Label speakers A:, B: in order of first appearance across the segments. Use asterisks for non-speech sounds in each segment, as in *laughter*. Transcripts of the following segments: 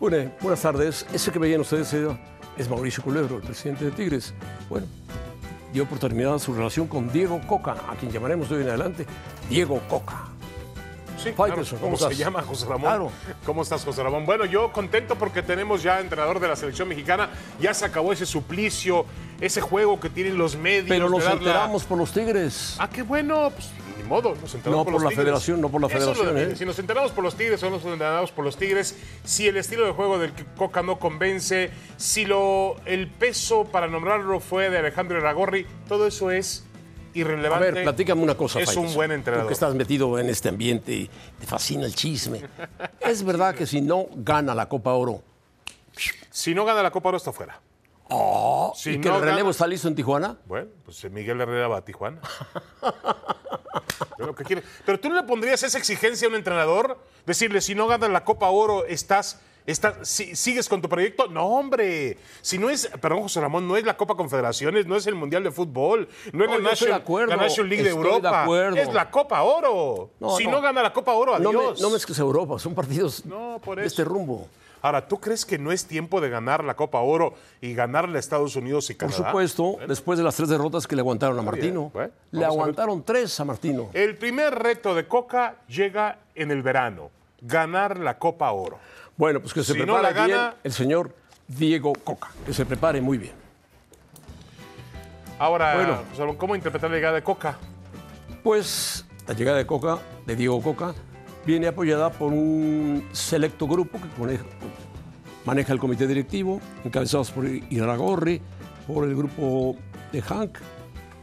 A: Bueno, buenas tardes. Ese que veían ustedes era- es Mauricio Culebro, el presidente de Tigres. Bueno, dio por terminada su relación con Diego Coca, a quien llamaremos de hoy en adelante Diego Coca.
B: Sí, claro.
A: Faitelson, ¿cómo
B: ¿Cómo se
A: estás?
B: llama José Ramón?
A: Claro.
B: ¿Cómo estás, José Ramón? Bueno, yo contento porque tenemos ya entrenador de la selección mexicana. Ya se acabó ese suplicio, ese juego que tienen los medios.
A: Pero
B: de
A: nos
B: dar la-
A: enteramos por los Tigres.
B: Ah, qué bueno. Pues, ni modo, nos enteramos
A: No, por
B: por, los
A: la
B: Tigres.
A: federación, no por la
B: Eso es lo de
A: federación,
B: menos.
A: ¿eh?
B: Si nos enteramos por los Tigres o nos enteramos por los Tigres, si el estilo de juego del Coca no convence, si lo, el peso para nombrarlo fue de Alejandro Iragorri, todo eso es
A: A
B: irrelevante.
A: ver, platícame una cosa,
B: Es un
A: Faitelson,
B: buen
A: Tú
B: entrenador.
A: que estás metido en este ambiente y te fascina el chisme.
B: *laughs*
A: ¿Es verdad que si no gana la Copa Oro
B: Si no gana la Copa Oro, está fuera. si
A: Oh, y que
B: no
A: el relevo
B: gana-
A: está listo en Tijuana?
B: Bueno, pues eh, Miguel Herrera va a Tijuana. *laughs* Yo lo que quiero- Pero tú no le pondrías esa exigencia a un entrenador, decirle si no ganas la Copa Oro, estás, estás si- sigues con tu proyecto. No, hombre. Si no es, perdón, José Ramón, no es la Copa Confederaciones, no es el Mundial de Fútbol, no es
A: No,
B: la,
A: yo estoy
B: Nation-
A: de acuerdo,
B: la National League de
A: estoy de
B: Europa,
A: acuerdo.
B: es la Copa Oro.
A: No,
B: si
A: no.
B: no. gana la Copa Oro,
A: No
B: adiós.
A: me, no mezcles Europa, son partidos
B: No, por
A: de
B: eso.
A: este rumbo.
B: Ahora, ¿tú crees que no es tiempo de ganar la Copa Oro y ganarle a Estados Unidos y
A: Por
B: Canadá?
A: supuesto, después de las tres derrotas que le aguantaron a Martino.
B: bueno,
A: le
B: vamos a ver.
A: aguantaron tres a Martino.
B: El primer reto de Coca llega en el verano, ganar la Copa Oro.
A: Bueno, pues que se
B: Si no
A: prepare
B: la gana-
A: bien el señor Diego Coca. Que se prepare muy bien.
B: Ahora,
A: Bueno.
B: José Ramón, ¿cómo interpretar la llegada de Coca?
A: Pues la llegada de Coca, de Diego Coca, viene apoyada por un selecto grupo que maneja, maneja el comité directivo, encabezados por Iragorri, por el grupo de Hank,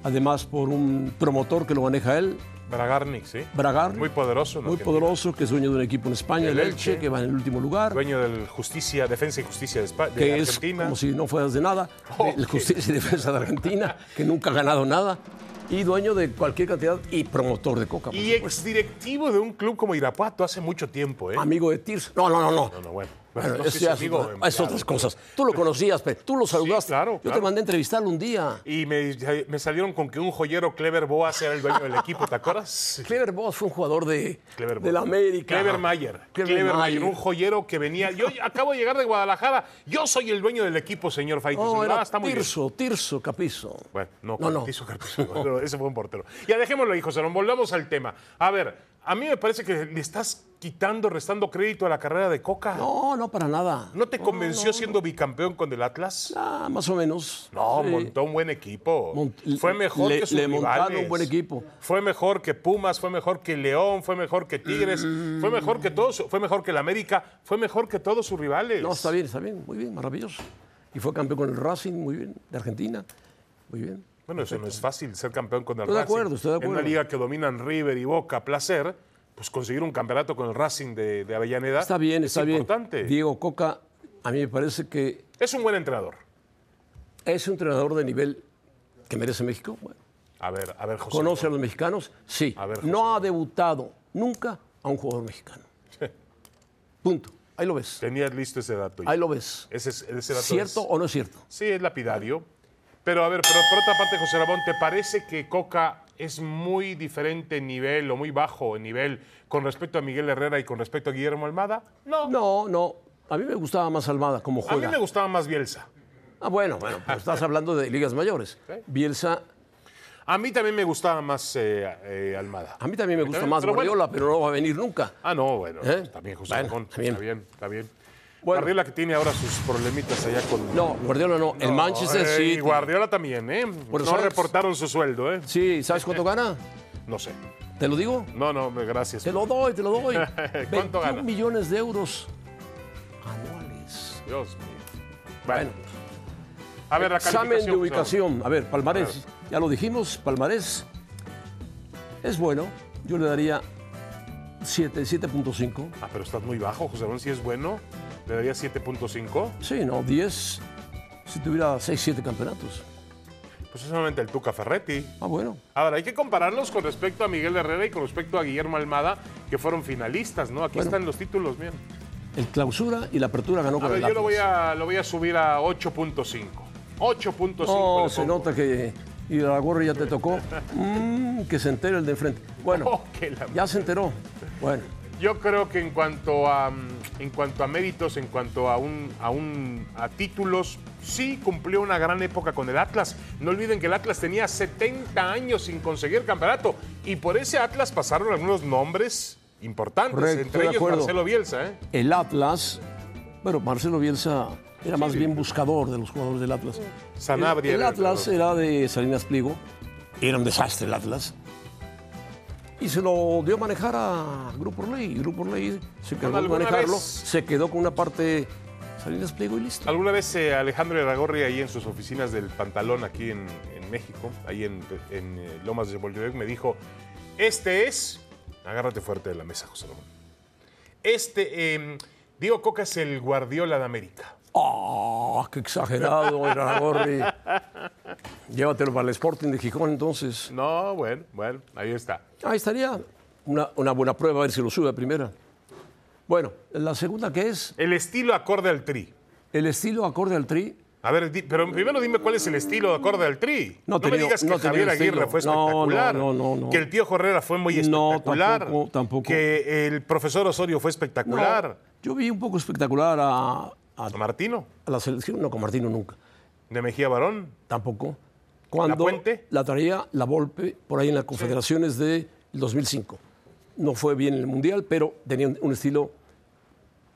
A: además por un promotor que lo maneja él,
B: Bragarnik, ¿sí?
A: Bragar.
B: Muy poderoso, ¿no?
A: Muy
B: Que-
A: poderoso, que es dueño de un equipo en España, el,
B: El
A: Elche,
B: Elche.
A: que va en el último lugar.
B: Dueño del Justicia, Defensa y Justicia de, Espa- de
A: que es
B: Argentina.
A: como si no fueras de nada, el
B: Ok.
A: Justicia y Defensa de Argentina, que nunca ha ganado nada, y dueño de cualquier cantidad y promotor de coca. por
B: Y exdirectivo de un club como Irapuato hace mucho tiempo, ¿eh?
A: Amigo de Tirso. No, no, no, no.
B: No, no, bueno.
A: Ah, Bueno,
B: No sé
A: eso
B: si
A: ya
B: amigo
A: es,
B: o
A: otra- es
B: empleado,
A: otras
B: pero-
A: cosas. Tú lo conocías, pero tú lo saludaste.
B: claro,
A: Yo te
B: claro.
A: mandé a entrevistarlo un día.
B: Y me, me salieron con que un joyero Clever Boas era el dueño del equipo, ¿te acuerdas?
A: Clever Boss fue un jugador de,
B: Clever
A: de la
B: Boas.
A: América.
B: Clever Mayer.
A: Clever,
B: Clever
A: Mayer.
B: Mayer, un joyero que
A: *laughs*
B: venía. Yo acabo de llegar de Guadalajara. Yo soy el dueño del equipo, señor Faites.
A: No, Oh, era
B: está muy bien.
A: Tirso, Tirso Capizo.
B: Bueno, no,
A: no, no.
B: Cartizo, Cartizo, no, ese fue un portero. Ya dejémoslo ahí, José, nos volvamos al tema. A ver, a mí me parece que le estás quitando, restando crédito a la carrera de Coca. ¿No,
A: No, no, para nada.
B: te convenció siendo bicampeón con el Atlas?
A: Ah, más o menos.
B: No,
A: Sí.
B: montó un buen equipo.
A: Mont-
B: fue mejor
A: le-
B: que sus
A: le montaron
B: rivales.
A: un buen equipo.
B: Fue mejor que Pumas, fue mejor que León, fue mejor que Tigres, fue mejor que todos, fue mejor que el América, fue mejor que todos sus rivales.
A: No, está bien, está bien, muy bien, maravilloso. Y fue campeón con el Racing, muy bien, de Argentina, muy bien.
B: Bueno, eso no es fácil, ser campeón con el
A: Estoy de
B: Racing.
A: acuerdo, estoy de
B: En
A: acuerdo.
B: una liga que dominan River y Boca, placer, pues conseguir un campeonato con el Racing de, de Avellaneda.
A: Está bien, está
B: es
A: bien.
B: Importante.
A: Diego Coca, a mí me parece que
B: Es un buen entrenador.
A: es un entrenador de nivel que merece México. Bueno,
B: A ver, a ver, José.
A: ¿Conoce a los mexicanos? Sí.
B: A ver, José
A: no ha debutado nunca a un jugador mexicano. Punto. Ahí lo ves.
B: Tenías listo ese dato. ya.
A: Ahí lo ves.
B: Ese, es- ese dato
A: ¿Cierto
B: es-
A: o no es cierto?
B: Sí, es lapidario. Pero a ver, pero por otra parte, José Ramón, ¿te parece que Coca es muy diferente en nivel o muy bajo en nivel con respecto a Miguel Herrera y con respecto a Guillermo Almada? No.
A: No, no. A mí me gustaba más Almada como
B: a mí
A: juega.
B: me gustaba más Bielsa.
A: Ah, bueno, bueno, pero estás hablando de ligas
B: *laughs*
A: mayores. Bielsa
B: A mí también me gustaba más eh, eh, Almada.
A: A mí también me gusta más
B: Eh, Pero bueno.
A: Guardiola, pero no va a venir nunca.
B: Ah, no, bueno,
A: ¿Eh?
B: está bien, José
A: Bueno,
B: Ramón,
A: está bien.
B: Está bien, está bien.
A: Bueno.
B: Guardiola que tiene ahora sus problemitas allá con...
A: No, Guardiola no. El Manchester
B: Eh,
A: City.
B: Y Guardiola también, ¿eh? No
A: eso es.
B: reportaron su sueldo, ¿eh?
A: Sí, ¿sabes cuánto gana?
B: No sé.
A: ¿Te lo digo?
B: No, no, gracias.
A: Te lo doy, te lo
B: *laughs*
A: doy. 21
B: gana?
A: millones de euros anuales.
B: Dios mío.
A: Bueno,
B: Bueno. A ver, la
A: examen de
B: calificación, por favor.
A: ubicación. A ver, Palmarés. Ya lo dijimos, Palmarés es bueno. Yo le daría 7, 7.5.
B: Ah, pero estás muy bajo, José Ramón, si es bueno. Le daría 7.5.
A: Sí, no, 10. Si tuviera 6, 7 campeonatos.
B: Pues es solamente el Tuca Ferretti.
A: Ah, bueno.
B: Ahora, hay que compararlos con respecto a Miguel Herrera y con respecto a Guillermo Almada, que fueron finalistas, ¿no? Aquí están los títulos, miren.
A: El clausura y la apertura ganó
B: A
A: con
B: ver,
A: el
B: yo lo voy
A: Atlas.
B: a, lo voy a subir a 8.5. 8.5.
A: No,
B: le
A: Oh, se
B: pongo.
A: nota que y la gorra ya te tocó. Mm, que se entere el de enfrente. Bueno,
B: *laughs* Oh, que la-
A: ya se enteró. Bueno,
B: yo creo que en cuanto a mm, en cuanto a méritos, en cuanto a un a un a títulos, sí cumplió una gran época con el Atlas. No olviden que el Atlas tenía 70 años sin conseguir campeonato y por ese Atlas pasaron algunos nombres importantes,
A: Correcto, estoy
B: entre
A: de
B: ellos
A: acuerdo.
B: Marcelo Bielsa, ¿eh?
A: El Atlas, bueno, Marcelo Bielsa era más bien buscador de los jugadores del Atlas.
B: Sanabria
A: El, el
B: era el
A: Atlas era de Salinas Pliego, era un desastre el Atlas. Y se lo dio a manejar a Grupo Orley. y Grupo Orley se quedó con
B: alguna
A: manejarlo,
B: vez-
A: se quedó con una parte Salinas Pliego y listo.
B: Alguna vez eh, Alejandro Iragorri, ahí en sus oficinas del pantalón, aquí en, en México, ahí en, en, eh, Lomas de Bolivia, me dijo: Este es. Agárrate fuerte de la mesa, José Ramón. Este, eh, Diego Coca es el Guardiola de América.
A: ¡Ah, qué exagerado, Iraragorri! Llévatelo para el Sporting de Gijón, entonces. Ah,
B: No, bueno, bueno, ahí está.
A: Ahí estaría una, una buena prueba, a ver si lo sube a primera. Bueno, la segunda que es
B: El estilo acorde al tri.
A: el estilo acorde al tri.
B: A ver, di- pero primero dime cuál es el estilo acorde al tri.
A: No
B: me
A: tenía-
B: digas que
A: no tenía
B: Javier
A: estilo.
B: Aguirre fue
A: No, no,
B: espectacular.
A: no, no, no.
B: Que el tío Herrera fue muy
A: No,
B: espectacular.
A: tampoco, tampoco.
B: Que el profesor Osorio fue
A: No,
B: espectacular.
A: yo vi un poco espectacular a, a-
B: A Martino,
A: a la selección, no con Martino nunca,
B: de Mejía Barón.
A: tampoco. Cuando
B: ¿La Puente?
A: la traía la Volpe por ahí en las confederaciones del 2005. No fue bien en el Mundial, pero tenía un- un estilo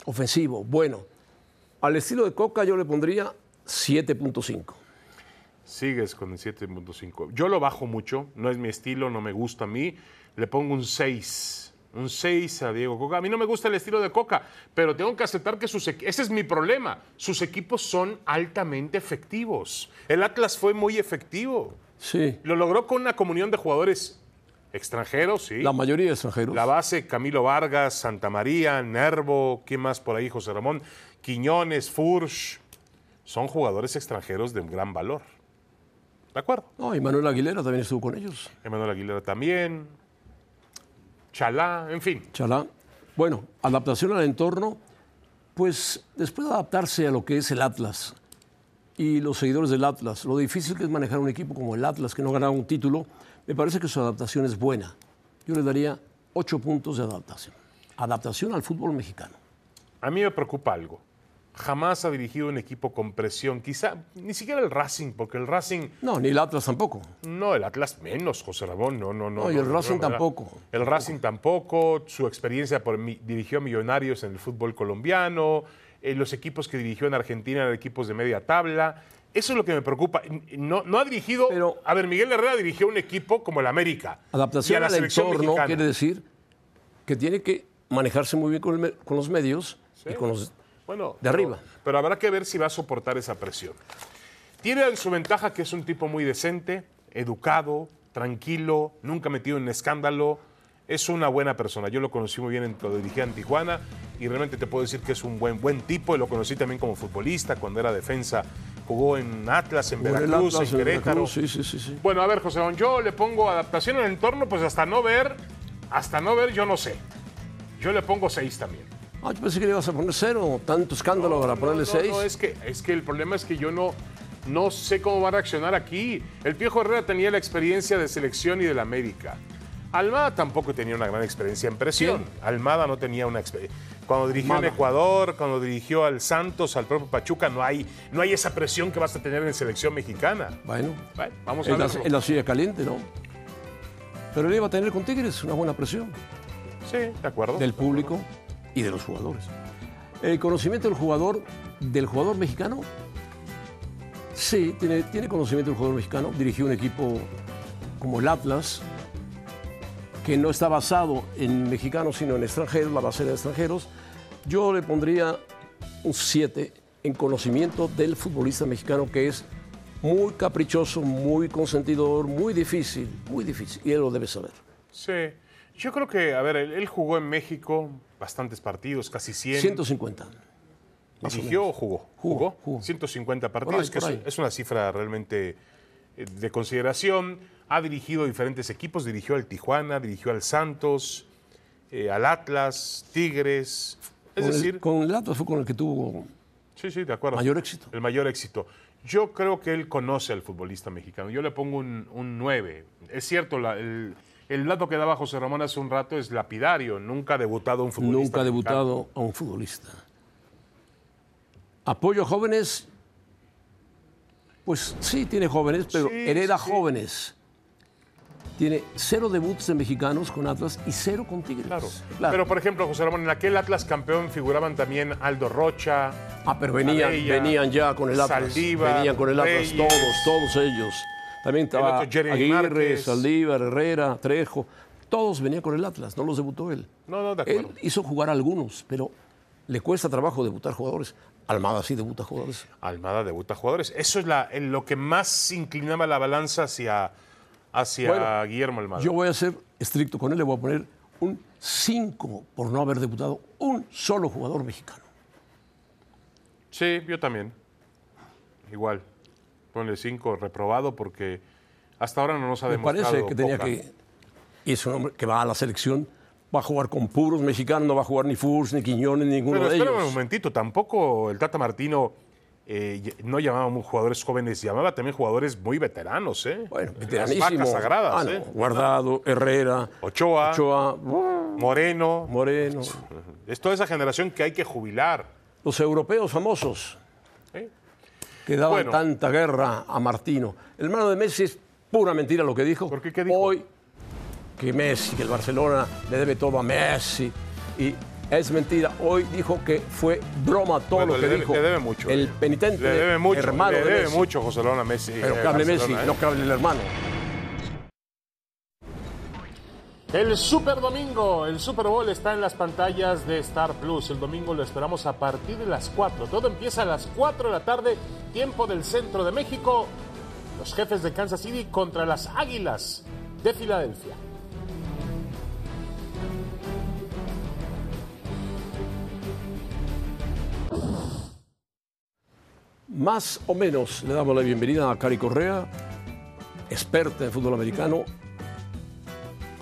A: ofensivo, bueno. Al estilo de Coca yo le pondría 7.5.
B: Sigues con el 7.5. Yo lo bajo mucho, no es mi estilo, no me gusta a mí. Le pongo un 6. Un 6 a Diego Coca. A mí no me gusta el estilo de Coca, pero tengo que aceptar que sus equi- ese es mi problema. Sus equipos son altamente efectivos. El Atlas fue muy efectivo.
A: Sí,
B: Lo logró con una comunión de jugadores extranjeros, sí.
A: la mayoría de extranjeros.
B: La base, Camilo Vargas, Santa María, Nervo, ¿quién más por ahí? José Ramón, Quiñones, Furch. Son jugadores extranjeros de un gran valor. ¿De acuerdo?
A: No, y Manuel Aguilera también estuvo con ellos.
B: Emanuel Aguilera también. Chalá, en fin.
A: Chalá. Bueno, adaptación al entorno, pues después de adaptarse a lo que es el Atlas y los seguidores del Atlas, lo difícil que es manejar un equipo como el Atlas que no ganaba un título, me parece que su adaptación es buena. Yo le daría ocho puntos de adaptación. Adaptación al fútbol mexicano.
B: A mí me preocupa algo. Jamás ha dirigido un equipo con presión. Quizá ni siquiera el Racing, porque el Racing
A: No, ni el Atlas tampoco.
B: No, el Atlas menos, José Ramón, no, no, no.
A: No, y el
B: de
A: Racing
B: ninguna manera.
A: tampoco.
B: El Racing tampoco, su experiencia por, mi- dirigió a Millonarios en el fútbol colombiano, eh, los equipos que dirigió en Argentina eran equipos de media tabla. Eso es lo que me preocupa. N- No, no ha dirigido.
A: Pero-
B: a ver, Miguel Herrera dirigió un equipo como el América. y a
A: Adaptación
B: la
A: al
B: selección
A: entorno
B: mexicana.
A: quiere decir que tiene que manejarse muy bien con, el me- con los medios y con los...
B: Bueno,
A: de
B: pero-
A: arriba.
B: pero habrá que ver si va a soportar esa presión. Tiene en su ventaja que es un tipo muy decente, educado, tranquilo, nunca metido en escándalo. Es una buena persona. Yo lo conocí muy bien en- cuando dirigía en Tijuana y realmente te puedo decir que es un buen, buen tipo. Y lo conocí también como futbolista cuando era defensa. Jugó en Atlas, en
A: con el
B: Veracruz,
A: Atlas,
B: en
A: el
B: Querétaro.
A: Veracruz, Sí, sí, sí, sí.
B: Bueno, a ver, José Ramón, yo le pongo adaptación al entorno, pues hasta no ver, hasta no ver, yo no sé. Yo le pongo seis también.
A: Ah, yo pensé que le ibas a poner cero, tanto escándalo para
B: No,
A: ponerle
B: no,
A: seis.
B: No, es que, es que el problema es que yo no, no sé cómo va a reaccionar aquí. El Piojo Herrera tenía la experiencia de selección y del América. Almada tampoco tenía una gran experiencia en presión. Almada no tenía una experiencia. Cuando dirigió en
A: Almada.
B: Ecuador, cuando dirigió al Santos, al propio Pachuca, no hay, no hay esa presión que vas a tener en selección mexicana.
A: Bueno,
B: Bueno, vamos a
A: en la,
B: verlo.
A: en la silla caliente, ¿no? Pero él iba a tener con Tigres una buena presión
B: Sí, de acuerdo.
A: del público y de los jugadores. El conocimiento del jugador, del jugador mexicano, sí, tiene, tiene conocimiento del jugador mexicano. Dirigió un equipo como el Atlas, que no está basado en mexicanos, sino en extranjeros, la base de extranjeros. Yo le pondría un 7 en conocimiento del futbolista mexicano, que es muy caprichoso, muy consentidor, muy difícil, muy difícil, y él lo debe saber.
B: Sí. Yo creo que, a ver, él, él jugó en México bastantes partidos, casi 100.
A: 150.
B: ¿Dirigió o jugó?
A: Jugó, jugó. Por
B: 150 partidos,
A: ahí,
B: que
A: por
B: es,
A: ahí.
B: es una cifra realmente eh, de consideración. Ha dirigido diferentes equipos, dirigió al Tijuana, dirigió al Santos, eh, al Atlas, Tigres.
A: Con
B: Es
A: el-
B: decir,
A: con el Atlas fue con el que tuvo
B: sí, sí, de acuerdo.
A: mayor éxito.
B: El mayor éxito. Yo creo que él conoce al futbolista mexicano. Yo le pongo un, un 9. Es cierto, la- el- El dato que daba José Ramón hace un rato es lapidario. Nunca ha debutado un futbolista.
A: Nunca ha debutado a un futbolista. Apoyo jóvenes. Pues sí, tiene jóvenes, pero
B: Sí,
A: hereda
B: sí.
A: jóvenes. Tiene cero debuts de mexicanos con Atlas y cero con Tigres.
B: Claro. Pero, por ejemplo, José Ramón, en aquel Atlas campeón figuraban también Aldo Rocha.
A: Ah, pero venían,
B: Abella,
A: venían ya con el Atlas.
B: Saldívar,
A: venían con el Atlas
B: Reyes.
A: todos, todos ellos. También estaba
B: otro Jeremy
A: Aguirre,
B: Márquez.
A: Saldívar, Herrera, Trejo. Todos venían con el Atlas, no los debutó él.
B: No, no, de
A: Él
B: acuerdo.
A: hizo jugar a algunos, pero le cuesta trabajo debutar jugadores. Almada sí debuta jugadores.
B: Almada debuta jugadores. Eso es la- en lo que más inclinaba la balanza hacia, hacia
A: Bueno,
B: Guillermo Almada.
A: Yo voy a ser estricto con él, le voy a poner un 5 por no haber debutado un solo jugador mexicano.
B: Sí, yo también. Igual. Ponle cinco, reprobado, porque hasta ahora no nos ha
A: Me
B: demostrado.
A: parece que tenía
B: poca.
A: que. Y es un hombre que va a la selección, va a jugar con puros mexicanos, no va a jugar ni Furs, ni Quiñones, ninguno
B: Pero
A: de
B: espérame
A: ellos.
B: un momentito, tampoco el Tata Martino eh, y- no llamaba mu- jugadores jóvenes, llamaba también jugadores muy veteranos, ¿eh?
A: Bueno,
B: Las
A: veteranísimo.
B: vacas sagradas,
A: Ah, no,
B: ¿eh?
A: Guardado, Herrera,
B: Ochoa,
A: Ochoa, uh,
B: Moreno.
A: Moreno.
B: Es toda esa generación que hay que jubilar.
A: Los europeos famosos
B: ¿eh?
A: que daban
B: Bueno.
A: tanta guerra a Martino. El hermano de Messi es pura mentira lo que dijo.
B: ¿Por qué? ¿Qué dijo?
A: Hoy que Messi, que el Barcelona le debe todo a Messi. Y es mentira. Hoy dijo que fue broma todo
B: Bueno,
A: lo
B: le
A: que
B: debe-
A: dijo.
B: le debe mucho,
A: El
B: eh.
A: penitente,
B: Le debe mucho,
A: hermano
B: le
A: de
B: debe
A: Messi.
B: mucho José Lona Messi.
A: Pero
B: eh,
A: que hable Messi,
B: Barcelona, ¿eh?
A: no que hable el hermano.
B: El Super Domingo, el Super Bowl está en las pantallas de Star Plus. El domingo lo esperamos a partir de las 4. Todo empieza a las 4 de la tarde, tiempo del centro de México. Los jefes de Kansas City contra las Águilas de Filadelfia.
A: Más o menos le damos la bienvenida a Cari Correa, experta en fútbol americano,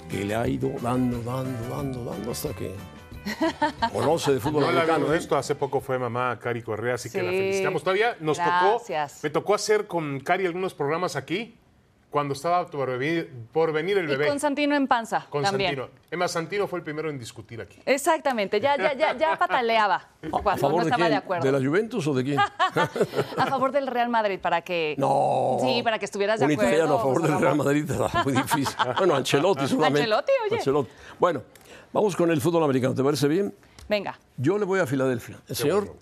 A: que le ha ido dando, dando, dando, dando hasta
C: *laughs*
A: que conoce de fútbol americano. ¿eh?
B: esto, hace poco fue mamá Cari Correa, así que la
C: Sí.
B: felicitamos. Todavía nos
C: Gracias.
B: tocó, me tocó hacer con Cari algunos programas aquí cuando estaba por venir, por venir el
C: Y
B: bebé.
C: Constantino en panza también.
B: Constantino. Emma Santino fue el primero en discutir aquí.
C: Exactamente, ya, ya, ya, ya pataleaba
A: *laughs* ¿A
C: cuando
A: favor
C: no
A: de
C: estaba
A: quién?
C: de
A: ¿De
C: acuerdo.
A: la Juventus o de
C: *laughs*
A: quién?
C: A favor del Real Madrid para que
A: No.
C: Sí, para que estuvieras de
A: Un
C: acuerdo,
A: italiano a favor
C: José
A: del Real
C: Ramón.
A: Madrid era muy
C: *laughs*
A: difícil. Bueno, Ancelotti solamente.
C: Ancelotti, oye.
A: Ancelotti. Bueno, vamos con el fútbol americano. ¿Te parece bien?
C: venga.
A: Yo le voy a Filadelfia. El señor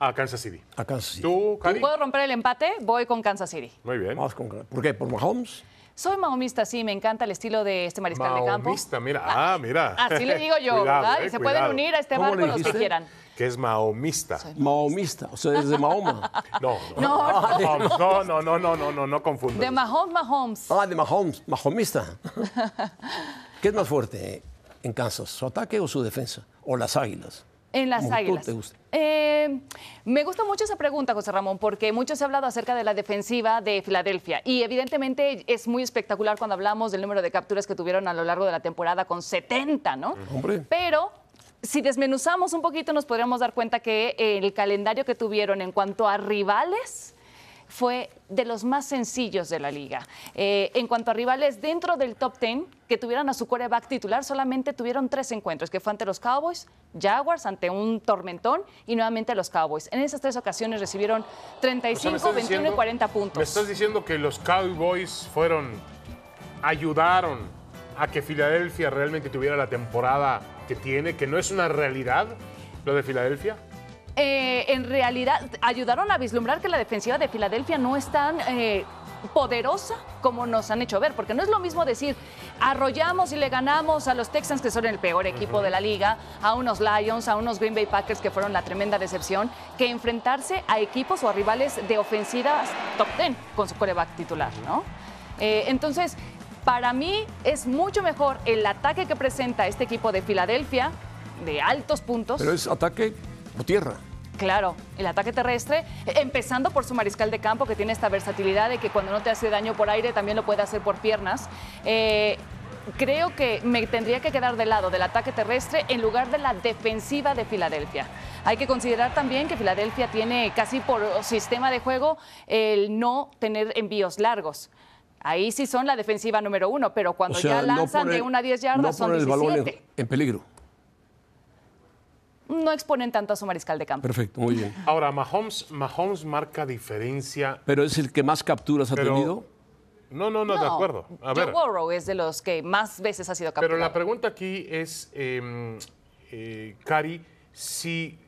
B: A Kansas City.
A: a Kansas City.
B: ¿Tú, Cari?
C: ¿Puedo romper el empate? Voy con Kansas City.
B: Muy bien.
A: Vamos con- ¿Por qué? ¿Por Mahomes?
C: Soy mahomista, sí, me encanta el estilo de este mariscal de campo.
B: Maomista, mira. Ah, mira.
C: Así le digo
B: *laughs*
C: yo,
B: Cuidado,
C: ¿verdad?
B: eh,
C: y se
B: cuidado.
C: pueden unir a este
A: ¿Cómo
C: barco
A: le
C: los que
A: dijiste?
C: quieran.
B: Que es maomista.
A: Mahomista, o sea, desde
C: *laughs*
A: Mahoma.
B: No,
C: No,
B: no. *laughs* No, no, no, no, no, no, no confundas.
C: De Mahomes, Mahomes.
A: Ah, de Mahomes,
C: *laughs*
A: Mahomista. ¿Qué es más fuerte en Kansas, su ataque o su defensa? ¿O las águilas?
C: En las
A: Como tú
C: águilas.
A: te gusta.
C: Eh, me gusta mucho esa pregunta, José Ramón, porque mucho se ha hablado acerca de la defensiva de Filadelfia y evidentemente es muy espectacular cuando hablamos del número de capturas que tuvieron a lo largo de la temporada con 70, ¿no?
A: Hombre.
C: Pero si desmenuzamos un poquito nos podríamos dar cuenta que eh, el calendario que tuvieron en cuanto a rivales fue de los más sencillos de la liga. Eh, en cuanto a rivales dentro del top 10 que tuvieran a su coreback titular, solamente tuvieron tres encuentros, que fue ante los Cowboys, Jaguars, ante un tormentón y nuevamente los Cowboys. En esas tres ocasiones recibieron
B: O sea,
C: 35,
B: me estás
C: 21
B: diciendo-
C: y 40
B: Me
C: puntos.
B: estás diciendo que los Cowboys fueron, ayudaron a que Filadelfia realmente tuviera la temporada que tiene, que no es una realidad lo de Filadelfia.
C: Eh, en realidad ayudaron a vislumbrar que la defensiva de Filadelfia no es tan eh, poderosa como nos han hecho ver, porque no es lo mismo decir arrollamos y le ganamos a los Texans, que son el peor equipo de la liga, a unos Lions, a unos Green Bay Packers, que fueron la tremenda decepción, que enfrentarse a equipos o a rivales de ofensivas top 10 con su coreback titular, ¿no? Eh, entonces, para mí es mucho mejor el ataque que presenta este equipo de Filadelfia, de altos puntos.
A: Pero es ataque por tierra.
C: Claro, el ataque terrestre, eh, empezando por su mariscal de campo, que tiene esta versatilidad de que cuando no te hace daño por aire, también lo puede hacer por piernas. Eh, creo que me tendría que quedar del lado del ataque terrestre en lugar de la defensiva de Filadelfia. Hay que considerar también que Filadelfia tiene casi por sistema de juego el no tener envíos largos. Ahí sí son la defensiva número uno, pero
A: O
C: cuando
A: sea,
C: ya lanzan
A: poner-
C: de una a 10 yardas
A: no
C: son
A: poner el balón en-
C: 17.
A: en peligro.
C: No exponen tanto a su mariscal de campo.
A: Perfecto, muy bien.
B: Ahora, Mahomes, Mahomes marca diferencia.
A: Pero es el que más capturas ha
B: Pero-
A: tenido.
B: No, no, no, de acuerdo. A
C: Joe
B: ver.
C: Burrow es de los que más veces ha sido
B: Pero
C: capturado.
B: la pregunta aquí es, eh, eh, Cari, si,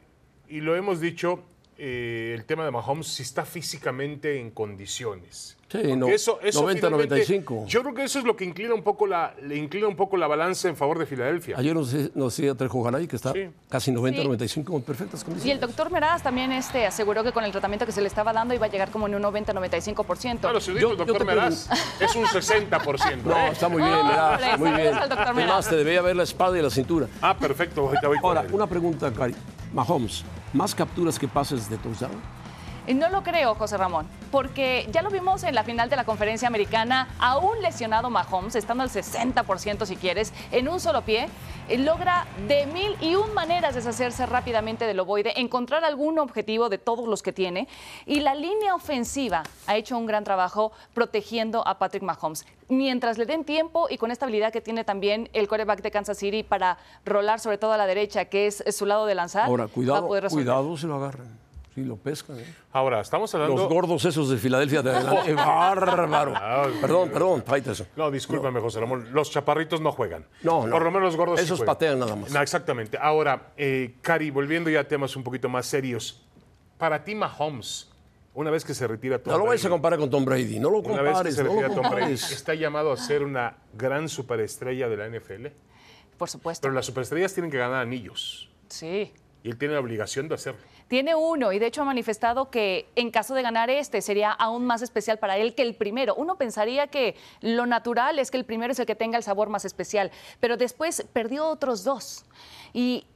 B: y lo hemos dicho, eh, el tema de Mahomes, si está físicamente en condiciones.
A: Sí,
B: Porque
A: no- 90,
B: finalmente,
A: 95.
B: Yo creo que eso es lo que inclina un poco la, le inclina un poco la balanza en favor de Filadelfia.
A: Ayer nos, nos hacía tres Garay, que está
B: Sí.
A: casi 90,
C: Sí.
A: 95 con perfectas
C: Y el
A: condiciones.
C: doctor Meraz también este, aseguró que con el tratamiento que se le estaba dando iba a llegar como en un 90-95%.
B: Claro, si Ah, lo dijo
A: Yo-
B: el
A: yo
B: doctor
A: te
B: Meraz, es un 60%.
A: No,
B: ¿eh?
A: está muy bien,
C: Hombre,
A: Meraz, muy
C: saludos
A: bien.
C: al doctor
A: Además,
C: Meraz.
A: te debía ver la espalda y la cintura.
B: Ah, perfecto, ahorita voy con
A: Ahora,
B: él.
A: una pregunta, Cari. Mahomes, ¿más capturas que pases de touchdown?
C: Y No lo creo, José Ramón, porque ya lo vimos en la final de la conferencia americana, a un lesionado Mahomes, estando al 60% si quieres, en un solo pie, eh, logra de mil y un maneras deshacerse rápidamente del ovoide, encontrar algún objetivo de todos los que tiene, y la línea ofensiva ha hecho un gran trabajo protegiendo a Patrick Mahomes. Mientras le den tiempo y con esta habilidad que tiene también el quarterback de Kansas City para rolar sobre todo a la derecha, que es eh, su lado de lanzar,
A: Ahora,
C: va a
A: cuidado,
C: poder resolver.
A: cuidado si lo agarran, si lo pescan. ¿eh?
B: Ahora, estamos hablando...
A: Los gordos esos de Filadelfia de *laughs* adelante. Ah, ¡Bárbaro! Perdón, perdón, Faitelson.
B: No, discúlpame, José Ramón. Los chaparritos no juegan.
A: No, no.
B: Por lo menos los gordos sí
A: Esos
B: juegan.
A: patean nada más.
B: No, exactamente. Ahora, eh, Cari, volviendo ya a temas un poquito más serios. Para ti, Mahomes, una vez que se retira Tom
A: No lo vayas a
B: Brady,
A: comparar con Tom Brady, no lo
B: una vez que
A: compares,
B: se
A: no lo
B: retira Tom Brady,
A: compares.
B: está llamado a ser una gran superestrella de la NFL.
C: Por supuesto.
B: Pero las superestrellas tienen que ganar anillos.
C: Sí.
B: Y él tiene la obligación de hacerlo.
C: Tiene uno y de hecho ha manifestado que en caso de ganar este sería aún más especial para él que el primero. Uno pensaría que lo natural es que el primero es el que tenga el sabor más especial, pero después perdió otros dos. Y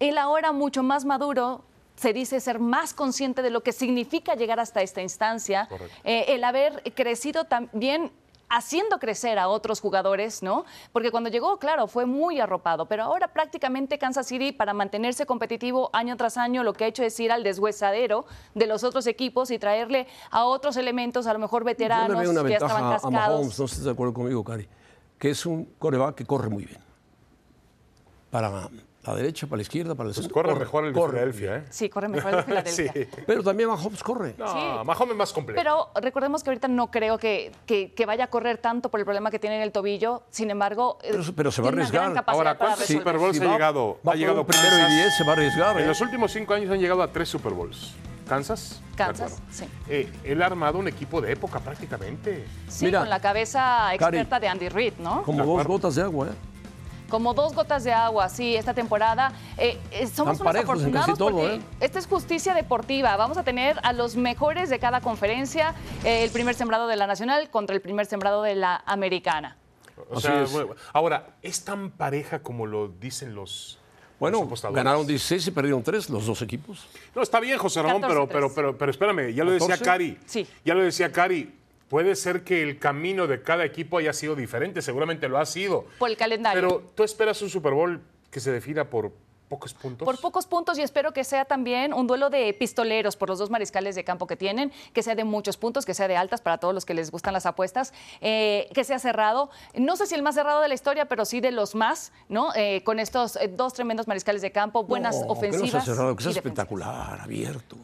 C: él ahora mucho más maduro se dice ser más consciente de lo que significa llegar hasta esta instancia,
B: Correcto.
C: Eh, el haber crecido también haciendo crecer a otros jugadores, ¿no? Porque cuando llegó, claro, fue muy arropado, pero ahora prácticamente Kansas City para mantenerse competitivo año tras año lo que ha hecho es ir al deshuesadero de los otros equipos y traerle a otros elementos, a lo mejor
A: Yo
C: veteranos
A: le veo una
C: que ya estaban
A: ventaja a Mahomes,
C: cascados.
A: no estás de acuerdo conmigo, Cari, que es un coreback que corre muy bien. Para la derecha, para la izquierda, para el centro.
B: Pues Corre, mejor el de
A: corre.
B: Filadelfia, ¿eh?
C: Sí, corre mejor
A: *laughs*
C: el de Filadelfia.
B: *laughs* Sí.
A: Pero también Mahomes corre.
B: No,
C: Sí.
B: Mahomes es más completo.
C: Pero recordemos que ahorita no creo que, que- que vaya a correr tanto por el problema que tiene en el tobillo. Sin embargo, eh,
A: Pero, pero se va a
C: tiene una gran
A: arriesgar.
C: capacidad
B: Ahora,
C: para
B: ¿cuántos
C: resolver.
B: Super Bowls ha
A: va-
B: llegado?
A: Va
B: Ha llegado
A: por un primero
B: Kansas.
A: y diez, se va a arriesgar.
B: En
A: ¿eh?
B: los últimos cinco años han llegado a tres Super Bowls. ¿Kansas? de
C: Kansas,
B: acuerdo.
C: sí.
B: Eh, él ha armado un equipo de época prácticamente.
C: Sí,
A: Mira,
C: con la cabeza
A: Cari.
C: experta de Andy Reid, ¿no?
A: Como dos gotas de agua, ¿eh?
C: Como dos gotas de agua, sí, esta temporada. Eh, eh, somos
A: Están
C: unos
A: parejos en
C: afortunados
A: casi todo,
C: porque
A: ¿eh?
C: esta es justicia deportiva. Vamos a tener a los mejores de cada conferencia, eh, el primer sembrado de la nacional contra el primer sembrado de la americana.
B: O
A: Así
B: sea,
A: es.
B: bueno, ahora, ¿es tan pareja como lo dicen los, los
A: Bueno,
B: apostadores?
A: ganaron 16 y perdieron 3 los dos equipos.
B: No, está bien, José Ramón, pero,
C: 14-3.
B: pero, pero, pero espérame, ya lo decía
A: 14.
B: Cari.
C: Sí.
B: Ya lo decía Cari. Puede ser que el camino de cada equipo haya sido diferente, seguramente lo ha sido.
C: Por el calendario.
B: Pero tú esperas un Super Bowl que se defina por pocos puntos.
C: Por pocos puntos y espero que sea también un duelo de pistoleros por los dos mariscales de campo que tienen, que sea de muchos puntos, que sea de altas para todos los que les gustan las apuestas, eh, que sea cerrado. No sé si el más cerrado de la historia, pero sí de los más, ¿no? Eh, con estos eh, dos tremendos mariscales de campo, buenas
A: No, Que no
C: ofensivas.
A: sea cerrado, que sea
C: y defensivas.
A: espectacular,
C: *laughs*
A: abierto,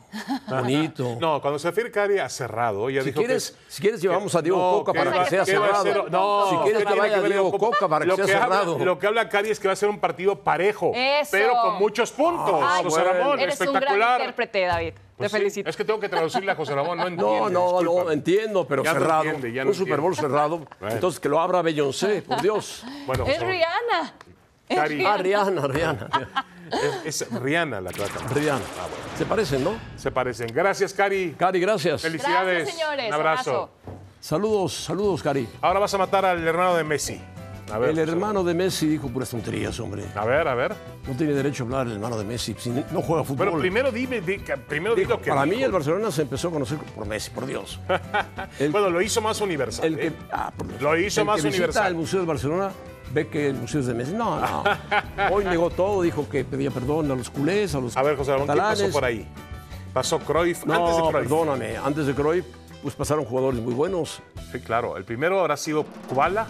A: bonito.
B: No, cuando se refiere Cari a cerrado, ella
A: Si
B: dijo que
A: quieres,
B: es-
A: si quieres llevamos a Diego
B: No,
A: Coca
B: que
A: para
B: va-
A: que sea
B: que va a
A: cerrado.
B: ser- no,
A: si quieres
B: que
A: que
B: tiene
A: vaya
B: que ver
A: Diego
B: Coca.
A: Coca para que
B: Lo
A: sea
B: habla-
A: cerrado.
B: lo que habla Cari es que va a ser un partido parejo,
C: Eso.
B: pero con muchos puntos.
C: Ay,
B: José
A: Ah, bueno.
B: Ramón,
C: Eres un
B: espectacular.
C: gran intérprete, David.
B: Pues
C: Te
B: sí,
C: felicito.
B: Es que tengo que traducirle a José Ramón,
A: *laughs*
B: no
A: No,
B: entiendo.
A: no, no, entiendo, pero
B: Ya no
A: cerrado.
B: entiende, ya no
A: un Super Bowl cerrado.
B: *laughs* Bueno.
A: Entonces que lo abra Beyoncé, por
C: *laughs*
A: Dios.
B: Bueno, José
C: Es
B: Ramón,
C: Rihanna.
B: Cari,
A: Ah, Rihanna,
B: *laughs*
A: Rihanna.
B: es, es Rihanna la trata.
A: Rihanna. Se parecen, ¿no?
B: Se parecen. Gracias, Cari.
A: Cari, gracias.
B: Felicidades.
C: Gracias, señores.
B: Un abrazo.
C: Abrazo.
A: Saludos, saludos, Cari.
B: Ahora vas a matar al hermano de Messi. A ver,
A: El
B: José
A: hermano de Messi dijo puras tonterías, hombre.
B: Ramón. A ver, a ver.
A: No tiene derecho a hablar el hermano de Messi. si no juega fútbol.
B: Pero primero dime, di- primero di lo que
A: Para mí
B: dijo.
A: el Barcelona se empezó a conocer por Messi, por Dios. el-
B: Bueno, lo hizo más universal.
A: El que,
B: ¿eh?
A: ah, por Dios.
B: Lo hizo
A: El
B: más
A: que visita
B: universal.
A: el Museo de Barcelona ve que el Museo es de Messi. No,
B: *laughs*
A: no. Hoy negó todo, dijo que pedía perdón a los culés, a los
B: A ver, José Ramón, ¿qué pasó
A: catalanes.
B: por ahí? Pasó Cruyff
A: No,
B: antes de Cruyff.
A: perdóname, antes de Cruyff pues pasaron jugadores muy buenos.
B: Sí, claro. El primero habrá sido Kubala,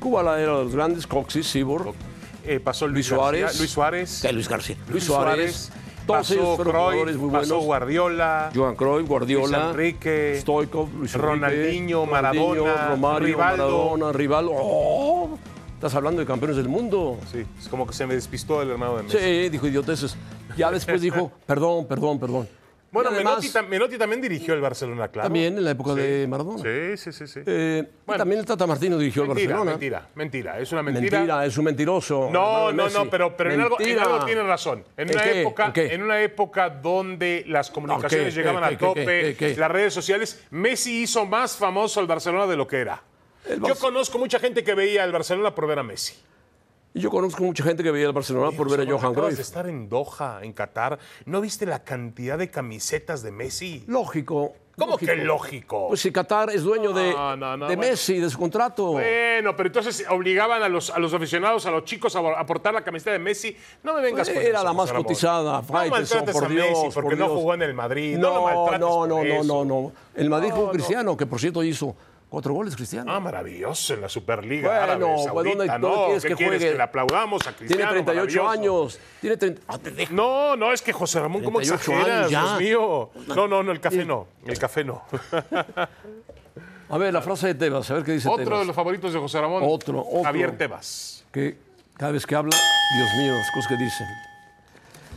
A: Kubala era de los grandes, Coxis, Sibor,
B: eh, pasó Luis,
A: Luis
B: García-
A: Suárez.
B: Luis Suárez.
A: eh, Luis García, Luis,
B: Luis
A: Suárez.
B: Suárez.
A: Todos ellos
B: Pasó
A: fueron
B: Croy,
A: jugadores muy
B: pasó
A: buenos.
B: Guardiola.
A: Johan Cruyff, Guardiola,
B: Luis Enrique,
A: Stoikov, Luis Enrique,
B: Ronaldinho,
A: Ronaldinho,
B: Maradona,
A: Romario,
B: Rivaldo.
A: Maradona, Rivaldo. ¡Oh! Estás hablando de campeones del mundo.
B: Sí, es como que se me despistó el hermano de Messi.
A: Sí, dijo idioteces. Ya después dijo,
B: *laughs*
A: perdón, perdón, perdón.
B: Bueno,
A: Y además,
B: Menotti, tam- Menotti también dirigió el Barcelona, claro.
A: También en la época
B: Sí.
A: de Maradona.
B: Sí, sí, sí. sí.
A: eh,
B: Bueno.
A: También el Tata Martino dirigió
B: mentira,
A: el Barcelona.
B: mentira, mentira. Es una mentira.
A: Mentira, es un mentiroso.
B: No,
A: hermano
B: no,
A: Messi.
B: no, pero, pero en, algo, en
A: Mentira.
B: algo tiene razón. En
A: ¿En
B: una,
A: qué?
B: época,
A: ¿En qué?
B: ¿En, una época donde las comunicaciones
A: ¿qué?
B: llegaban
A: ¿Qué,
B: a
A: qué, qué,
B: tope,
A: qué, qué, qué?
B: las redes sociales, Messi hizo más famoso al Barcelona de lo que era.
A: El
B: Yo
A: Barce-
B: conozco mucha gente que veía al Barcelona por ver a Messi.
A: Y Yo conozco mucha gente que veía el Barcelona por ver a
B: Cuando
A: Johan
B: acabas de
A: Cruyff.
B: estar en Doha, en Qatar, ¿no viste la cantidad de camisetas de Messi?
A: Lógico.
B: ¿Cómo que lógico?
A: Pues si Qatar es dueño de,
B: No, no, no,
A: de
B: bueno.
A: Messi, de su contrato.
B: Bueno, pero entonces obligaban a los, a los aficionados, a los chicos a aportar la camiseta de Messi. No me vengas
A: Pues
B: con
A: era
B: eso,
A: la más
B: José Ramón.
A: cotizada,
B: No
A: Faitelson,
B: maltrates
A: por
B: a Messi
A: Dios,
B: porque
A: por
B: no
A: Dios.
B: jugó en el Madrid. No, lo
A: No,
B: maltrates
A: no,
B: por
A: no, no,
B: eso.
A: no, no. El Madrid con Cristiano, que por cierto hizo cuatro goles, Cristiano.
B: Ah, maravilloso en la Superliga
A: Bueno,
B: Árabe
A: pues,
B: Saudita,
A: ¿dónde- dónde
B: ¿no?
A: quieres
B: ¿Qué
A: que
B: quieres
A: juegue?
B: que le aplaudamos a
A: tiene
B: Cristiano?
A: 38
B: Maravilloso.
A: años. Tiene 30. Ah, te dejo.
B: No, no, es que José Ramón, ¿cómo
A: 38
B: exageras?
A: años ya.
B: Dios mío. No, no, no, el café no. El café
A: *laughs*
B: no.
A: A ver, la frase de Tebas, a ver qué dice
B: Otro de
A: Tebas.
B: los favoritos de José Ramón.
A: Otro, otro.
B: Javier Tebas.
A: Que cada vez que habla, Dios mío, las cosas que dice.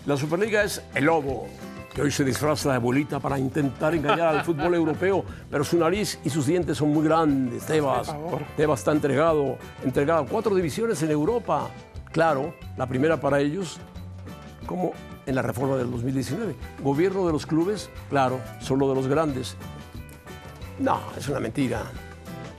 A: La Superliga es el lobo, que hoy se disfraza de abuelita para intentar engañar al fútbol europeo, pero su nariz y sus dientes son muy grandes. Tebas, Tebas está entregado, entregado a cuatro divisiones en Europa. Claro, la primera para ellos, como en la reforma del 2019. Gobierno de los clubes, claro, solo de los grandes. No, es una mentira.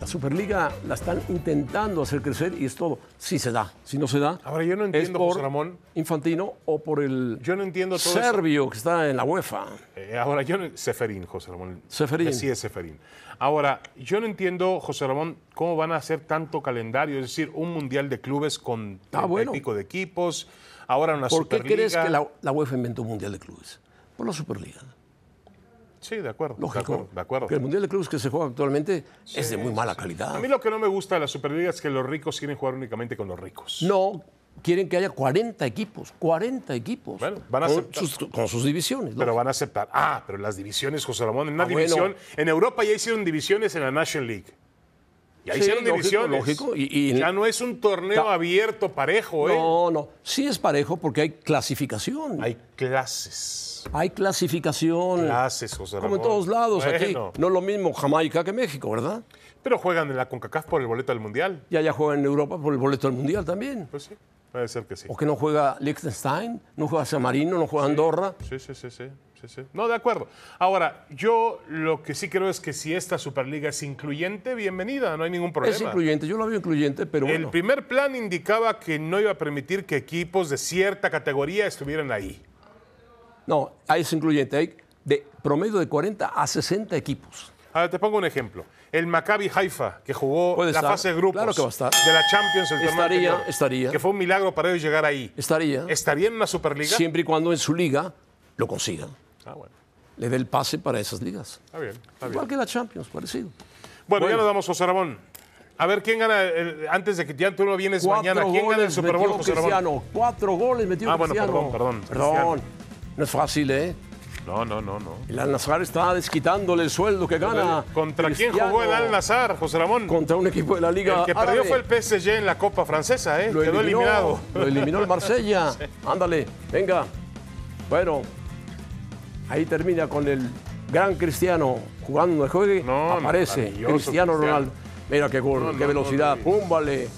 A: La Superliga la están intentando hacer crecer y es todo. Sí se da. Si no se da,
B: Ahora, yo no
A: es
B: entiendo,
A: por
B: José Ramón.
A: Infantino o por el
B: Yo no entiendo todo eso.
A: serbio que está en la UEFA.
B: Eh, ahora, yo no... Seferín, José Ramón.
A: Seferín.
B: Sí, es Seferín. Ahora, yo no entiendo, José Ramón, cómo van a hacer tanto calendario, es decir, un mundial de clubes con
A: Ah,
B: treinta y
A: bueno.
B: pico de equipos, ahora una
A: ¿Por qué
B: Superliga.
A: crees que la, la UEFA inventó un Mundial de Clubes? Por la Superliga.
B: Sí, de acuerdo.
A: Lógico.
B: De acuerdo. de acuerdo.
A: Que el Mundial de Clubes que se juega actualmente es de muy mala
B: A
A: calidad.
B: mí lo que no me gusta de la Superliga es que los ricos quieren jugar únicamente con los ricos.
A: No, quieren que haya 40 equipos. 40 equipos.
B: Bueno, van a
A: con,
B: aceptar.
A: sus, con sus divisiones.
B: Pero van a aceptar. Ah, pero las divisiones, José Ramón, en una
A: Ah, bueno.
B: división. En Europa ya hicieron divisiones en la National League. Ya
A: Sí,
B: hicieron
A: lógico,
B: divisiones.
A: lógico, y- y-
B: ya no es un torneo
A: Ta-
B: abierto, parejo, ¿eh?
A: No, no. Sí es parejo porque hay clasificación.
B: Hay clases.
A: Hay clasificación.
B: Clases, José
A: Como
B: Ramón.
A: en todos lados,
B: Bueno.
A: aquí no es lo mismo Jamaica que México, ¿verdad?
B: Pero juegan en la CONCACAF por el boleto del Mundial.
A: Y allá juega en Europa por el boleto del Mundial también.
B: Pues sí, puede ser que sí.
A: O que no juega Liechtenstein, no juega San Marino, no juega Andorra.
B: Sí, sí, sí, sí, sí, sí. No, de acuerdo. Ahora, yo lo que sí creo es que si esta Superliga es incluyente, bienvenida, no hay ningún problema.
A: Es incluyente, yo la veo incluyente, pero
B: El
A: bueno.
B: primer plan indicaba que no iba a permitir que equipos de cierta categoría estuvieran ahí.
A: No, ahí es incluyente. Hay de promedio de 40 a 60 equipos.
B: Ahora te pongo un ejemplo. El Maccabi Haifa, que jugó
A: Puede
B: la
A: estar.
B: fase de grupos
A: Claro que va a estar.
B: de la Champions el torneo
A: Estaría,
B: anterior,
A: estaría.
B: Que fue un milagro para ellos llegar ahí.
A: Estaría,
B: ¿Estaría en una Superliga?
A: siempre y cuando en su liga lo consiga.
B: Ah, bueno.
A: Le dé el pase para esas ligas.
B: Está bien, está bien.
A: Igual que la Champions, parecido.
B: Bueno, ya nos damos, José Ramón. A ver, ¿quién gana? el- antes de que ya tú no vienes mañana, ¿quién gana el Super Bowl,
A: metió
B: José Ramón?
A: Cristiano. Cuatro goles metió
B: Ah, bueno,
A: Cristiano.
B: perdón, perdón,
A: Perdón. No es fácil, ¿eh?
B: No, no, no, no.
A: El Al-Nazar está desquitándole el sueldo que gana.
B: ¿Contra quién
A: Cristiano.
B: jugó el Al-Nazar, José Ramón?
A: Contra un equipo de la Liga
B: El que perdió
A: árabe.
B: fue el PSG en la Copa Francesa, ¿eh?
A: Lo
B: Quedó
A: eliminó,
B: eliminado.
A: Lo eliminó el
B: *laughs*
A: Marsella. Ándale, venga. Bueno, ahí termina con el gran Cristiano jugando el juegue.
B: No, no,
A: aparece
B: maravilloso,
A: Cristiano
B: Cristiano.
A: Ronaldo. Mira qué gol,
B: No,
A: qué
B: no,
A: velocidad.
B: no, no.
A: Púmbale.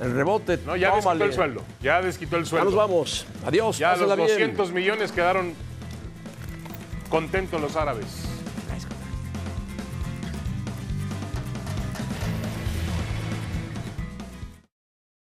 A: El rebote.
B: No, ya desquitó
A: tómale.
B: el sueldo. Ya desquitó el
A: Ya
B: sueldo.
A: nos vamos. Adiós.
B: Ya los
A: pásenla bien.
B: 200 millones quedaron contentos los árabes.